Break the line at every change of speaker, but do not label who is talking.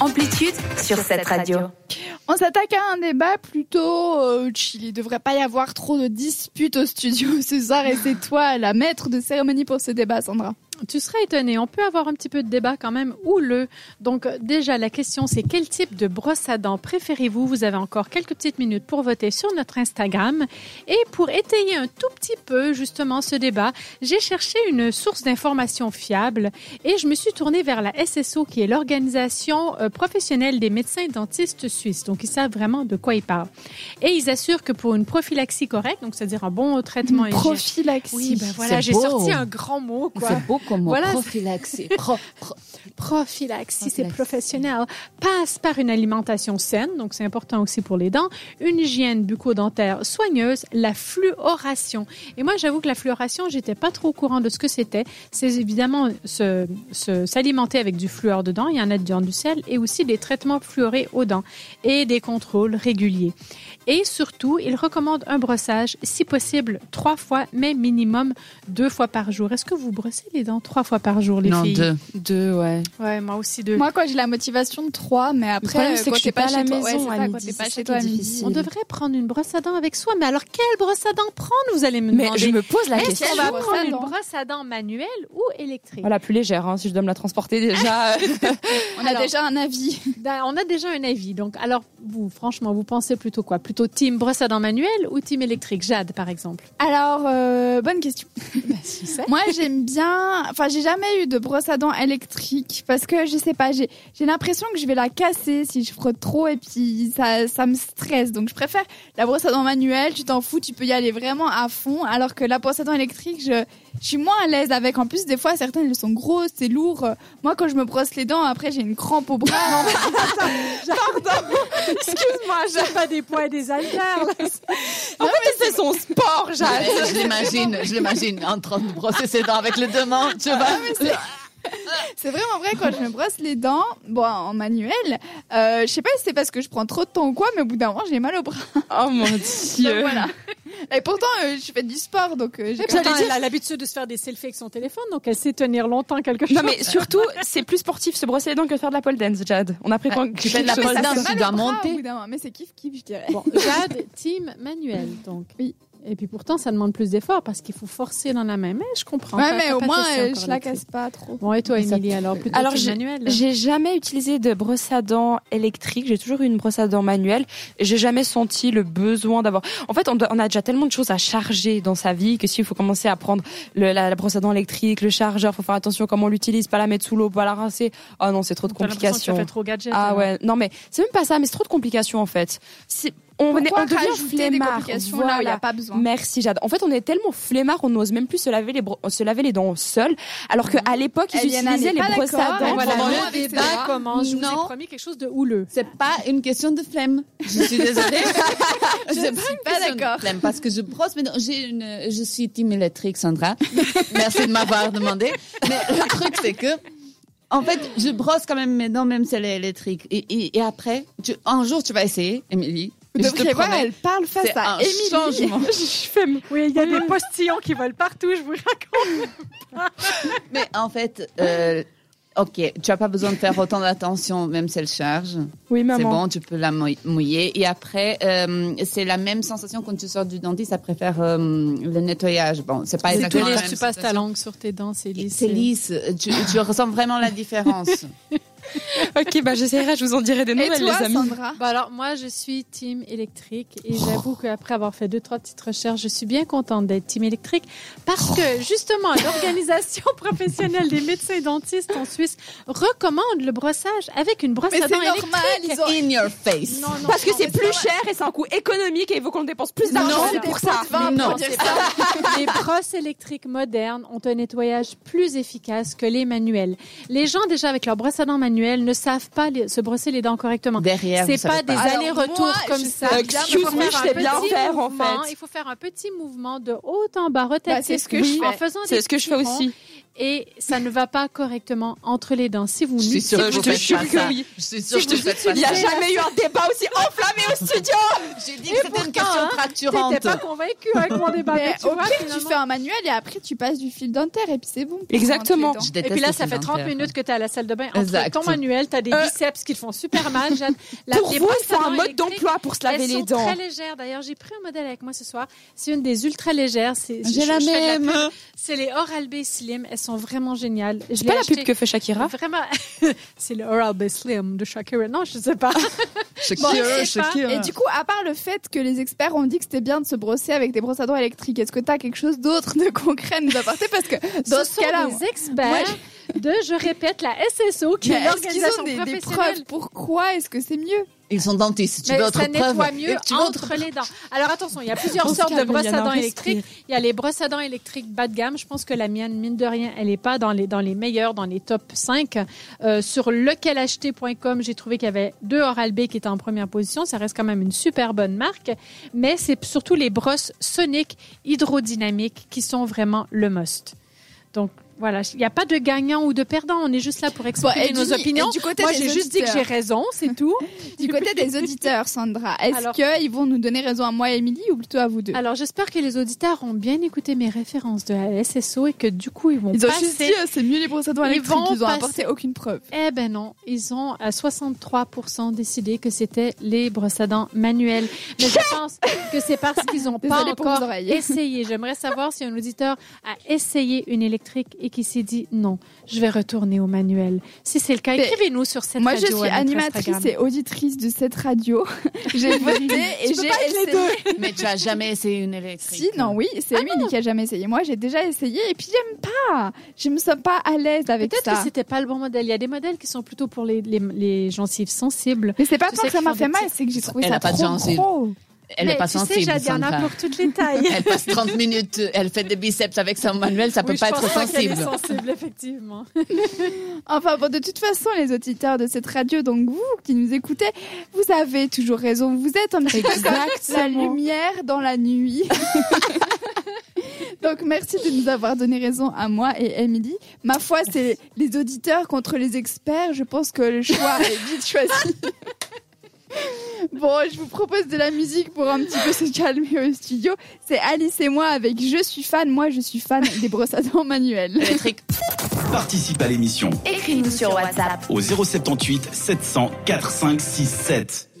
Amplitude sur cette radio.
On s'attaque à un débat plutôt euh, chill. Il devrait pas y avoir trop de disputes au studio ce soir et c'est toi la maître de cérémonie pour ce débat, Sandra.
Tu serais étonné, on peut avoir un petit peu de débat quand même houleux. Donc déjà, la question c'est quel type de brosse à dents préférez-vous Vous avez encore quelques petites minutes pour voter sur notre Instagram. Et pour étayer un tout petit peu justement ce débat, j'ai cherché une source d'information fiable et je me suis tournée vers la SSO qui est l'organisation euh, professionnelle des médecins dentistes suisses. Donc ils savent vraiment de quoi ils parlent. Et ils assurent que pour une prophylaxie correcte, donc c'est-à-dire un bon traitement... hygiénique-
Prophylaxie.
Oui, ben voilà,
C'est
j'ai
beau.
sorti un grand mot quoi.
C'est beau comme
Voilà.
prophylaxie. Pro- pro-
prophylaxie, c'est
Prophylaxie.
professionnel, passe par une alimentation saine, donc c'est important aussi pour les dents, une hygiène bucco-dentaire soigneuse, la fluoration. Et moi, j'avoue que la fluoration, j'étais pas trop au courant de ce que c'était. C'est évidemment euh, se- se- s'alimenter avec du fluor dedans, il y en a dans du sel, et aussi des traitements fluorés aux dents et des contrôles réguliers. Et surtout, il recommande un brossage, si possible, trois fois, mais minimum deux fois par jour. Est-ce que vous brossez les dents trois fois par jour, les
non,
filles?
deux. Deux, ouais.
Ouais, moi aussi deux.
Moi, quand j'ai la motivation de 3, mais après,
problème, c'est que
quand
je suis
t'es pas
pas à la
chez toi, ouais,
maison
c'est
à
ça,
midi,
quand
c'est
t'es pas
ça
chez
qui est
toi à midi.
difficile.
On devrait prendre une brosse à dents avec soi, mais alors quelle brosse à dents prendre Vous allez me
Mais
demander.
je me pose la
Est-ce
question.
qu'on va
brosse à
prendre une
dents
brosse à dents manuelle ou électrique
Voilà, plus légère, hein, si je dois me la transporter déjà.
On a
Alors-
déjà un avis.
Ben, On a déjà un avis. Donc, alors, vous, franchement, vous pensez plutôt quoi Plutôt team brosse à dents manuelle ou team électrique Jade, par exemple.
Alors, euh, bonne question.
Ben,
Moi, j'aime bien. Enfin, j'ai jamais eu de brosse à dents électrique parce que je sais pas. J'ai j'ai l'impression que je vais la casser si je frotte trop et puis ça ça me stresse. Donc, je préfère la brosse à dents manuelle. Tu t'en fous, tu peux y aller vraiment à fond. Alors que la brosse à dents électrique, je je suis moins à l'aise avec. En plus, des fois, certaines elles sont grosses, c'est lourd. Moi, quand je me brosse les dents, après, j'ai une crampe au bras.
Excuse-moi, j'ai pas des poids et des haltères.
c'est son sport, Jade.
je l'imagine, je l'imagine en train de brosser ses dents avec les deux mains, tu vois.
C'est vraiment vrai quand je me brosse les dents, bon en manuel, euh, je sais pas si c'est parce que je prends trop de temps ou quoi, mais au bout d'un moment j'ai mal au bras.
Oh mon
Donc,
dieu.
voilà. euh, Et pourtant euh, je fais du sport donc euh, j'ai.
J'allais dire, elle a l'habitude de se faire des selfies avec son téléphone, donc elle sait tenir longtemps quelque chose.
Non mais surtout, c'est plus sportif se brosser les dents que de faire de la pole dance, Jade. On a pris
Ah,
quand-
tu fais de la
quelque chose
pole
comme
dance,
ça.
tu dois monter.
mais c'est kiff kiff je dirais.
Bon, Jade, team manuel, donc.
Oui.
Et puis pourtant, ça demande plus d'efforts parce qu'il faut forcer dans la main. Mais je comprends.
ouais
T'as-
mais
t'as
au
pas
moins
testé
euh,
encore
je la
là-dessus.
casse pas trop.
Bon, et toi,
Ça
Émilie, alors plutôt
Alors,
team manuel
J'ai jamais utilisé de brosse à dents électrique, j'ai toujours eu une brosse à dents manuelle. J'ai jamais senti le besoin d'avoir. En fait, on, doit- on a déjà tellement de choses à charger dans sa vie que s'il faut commencer à prendre le- la, la brosse à dents électrique, le chargeur, faut faire attention comment on l'utilise, pas la mettre sous l'eau, pas la rincer. Ah non, c'est trop de
T'as l'impression que
complications.
Tu as fait trop gadget.
Ah
alors.
hein.
ouais, non mais c'est même pas ça, mais c'est trop de complications en fait. C'est- On, on, est-
Pourquoi
on devient
rajouter des
flemmard.
complications là où il y
Voilà.
a pas besoin.
Merci Jade. En fait, on est tellement flemmard, on n'ose même plus se laver les bro- se laver les dents seul, alors
Mmh.
qu'à l'époque ils
Eliana Eh n'est
utilisaient les
pas
brosses à
d'accord.
dents.
Donc,
Voilà,
voilà,
non,
le
avec ses
débat
bras.
commence. Je vous ai
Non.
promis quelque chose de houleux.
C'est pas une question de flemme. Je suis désolée. je ne suis
pas
question de
d'accord.
flemme parce que je brosse maintenant. J'ai une, je suis team électrique, Sandra. Merci de m'avoir demandé. Mais le truc, c'est que, en fait, je brosse quand même mes dents, même si elle est électrique. Et, et- et après, tu- un jour, tu vas essayer, Émilie.
Vous
Je
devriez
te
voir,
promets.
elle parle face
C'est
à
un
Émilie.
changement.
Oui, il y a
Mm.
des postillons qui volent partout, je vous raconte.
Mais en fait, euh, ok, tu n'as pas besoin de faire autant d'attention, même si elle charge.
Oui
C'est
maman.
bon, tu peux la mouille- mouiller. Et après, euh, c'est la même sensation quand tu sors du dentiste après faire euh, le nettoyage. Bon, c'est pas
C'est tous
exactement
les
la même
tu passes ta
sensation.
langue sur tes dents, c'est lisse.
C'est lisse. Tu, tu ressens vraiment la différence.
ok, bah j'essaierai, je vous en dirai des
Et
nouvelles,
toi
les amis.
Sandra
Bah alors moi je suis team électrique et j'avoue qu'après avoir fait deux trois petites recherches, je suis bien contente d'être team électrique parce
Oh.
que justement l'organisation professionnelle des médecins dentistes en Suisse recommande le brossage avec une brosse
Mais
à
c'est
dents
normal,
électrique.
ils ont
In your face.
Non, non,
Parce que
non,
c'est plus cher et c'est un coût économique et il faut qu'on dépense plus d'argent
Non,
c'est pour ça.
vingt
non.
pour dire
c'est
ça.
pas- les brosses électriques modernes ont un nettoyage plus efficace que les manuels. Les gens déjà avec leur brosse à dents manuelle ne savent pas les- se brosser les dents correctement.
Derrière,
C'est
vous
pas
savez
des
Alors,
allers-retours
moi,
comme
je
ça.
sais bien,
Excuse
Il faut
me,
faire
je
un
sais bien
petit
faire en
mouvement,
fait.
Il faut faire un petit mouvement de haut en bas rotatif.
Bah, c'est ce que je
en
fais.
faisant des
C'est ce que je fais
petits ronds.
aussi.
et ça ne va pas correctement entre les dents. Si vous
Je suis sûre que
Je
vous
te
faites
jure
pas
que
ça.
oui.
Je suis sûre
Si
que
je
vous faites pas
Il n'y
ça.
a jamais eu un débat aussi enflammé au studio.
J'ai dit que c'était une question
hein, T'étais
fracturante.
pas convaincu avec mon débat.
Mais
mais tu
au
vois,
pire, tu
finalement-
fais un manuel et après tu passes du fil dentaire et puis c'est bon.
Exactement.
Entre les
Je
Et
déteste
puis là,
les
ça fait
films
30
dentaires.
minutes que tu es à la salle de bain. Entre
Exact.
ton manuel, tu as des
Euh,
biceps qui te font super mal. Jeanne. La-
Pour
les
vous,
brosses
c'est
à
un
dents
mode
électriques,
d'emploi pour se laver
elles
les
sont
dents.
très légères. D'ailleurs, j'ai pris un modèle avec moi ce soir. C'est une des ultra légères. C'est- je-
J'ai
je
la
fais de
même.
pub. C'est les Oral-B Slim. Elles sont vraiment géniales. Je
C'est
l'ai
pas la
acheté
pub que fait Shakira.
Vraiment, c'est le Oral-B Slim de Shakira. Non, je sais pas.
Shakira,
Bon, je sais pas.
Shakira.
Et du coup, à part le fait que les experts ont dit que c'était bien de se brosser avec des brosses à dents électriques, est-ce que t'as quelque chose d'autre de concret à nous apporter Parce que dans
Ce
ce,
sont
cas-là,
des experts de, je répète, la SSO, qui
mais
est
est-ce qu'ils
l'organisation
ont des, des preuves
professionnelle
Pourquoi est-ce que c'est mieux
Ils sont dentistes. Tu
Mais
veux
ça
autre preuve
nettoie mieux
Et tu veux autre
entre les dents. Alors attention, il y a plusieurs
On se
sortes de
calme,
brosses à
Yana,
dents
respire.
électriques. Il y a les brosses à dents électriques bas de gamme. Je pense que la mienne, mine de rien, elle n'est pas dans les, dans les meilleures, dans les top 5. Euh, sur lequelacheter.com, j'ai trouvé qu'il y avait deux Oral-B qui étaient en première position. Ça reste quand même une super bonne marque. Mais c'est surtout les brosses soniques hydrodynamiques qui sont vraiment le must. Donc voilà, il n'y a pas de gagnant ou de perdant. On est juste là pour
Bon,
exprimer
et
nos
dis-
opinions.
et Du côté,
Moi,
des
j'ai juste dit que j'ai
auditeurs-
raison, c'est tout.
du côté des auditeurs, Sandra, est-ce
Alors-
qu'ils vont nous donner raison à moi et Émilie ou plutôt à vous deux
Alors, j'espère que les auditeurs ont bien écouté mes références de la SSO et que du coup, ils vont
Ils ont
passer.
juste dit, euh, c'est mieux les brosses à dents
Ils
électriques,
vont
ils ont
passer-
apporté aucune preuve.
Eh ben non, ils ont à 63% décidé que c'était les brosses à dents manuelles. Mais je pense que c'est parce qu'ils n'ont pas
Désolée pour vos
encore
oreilles.
essayé. J'aimerais savoir si un auditeur a essayé une électrique et qui s'est dit non, je vais retourner au manuel. Si c'est le cas,
Mais
écrivez-nous sur cette
Moi, je
radio
suis
à notre
animatrice
Instagram.
et auditrice de cette radio. J'ai voté et j'ai
Tu peux pas être les
essayé.
deux.
Mais tu as jamais essayé une électrique.
Si, non, oui, c'est Émilie qui a jamais essayé. Moi, j'ai déjà essayé et puis j'aime pas. Je me sens pas à l'aise avec
Peut-être que
ça.
c'était pas le bon modèle. Il y a des modèles qui sont plutôt pour les, les, les gencives sensibles.
Mais c'est pas
Tu
tant
sais
que ça
qu'ils
m'a
font
fait
des
mal,
petites-
c'est que j'ai trouvé
Elle
ça
a pas de
trop
chance, il-
gros.
Elle
Mais
n'est pas
tu sais,
sensible,
Jade, il y en a
Sandra.
pour toutes les tailles.
Elle passe 30 minutes, elle fait des biceps avec son manuel, ça peut
Oui,
pas
je
être
pense pas qu'elle est
sensible.
sensible, effectivement.
Enfin bon, de toute façon, les auditeurs de cette radio, donc vous qui nous écoutez, vous avez toujours raison. Vous êtes un petit peu comme la lumière dans la nuit. donc merci de nous avoir donné raison à moi et Émilie. Ma foi, c'est les auditeurs contre les experts. Je pense que le choix est vite choisi. Bon, je vous propose de la musique pour un petit peu se calmer au studio. C'est Alice et moi avec Je suis fan, moi je suis fan des brosses à dents manuelles.
Électrique.
Participe à l'émission
Écris-nous sur WhatsApp.
au 078 700 4567.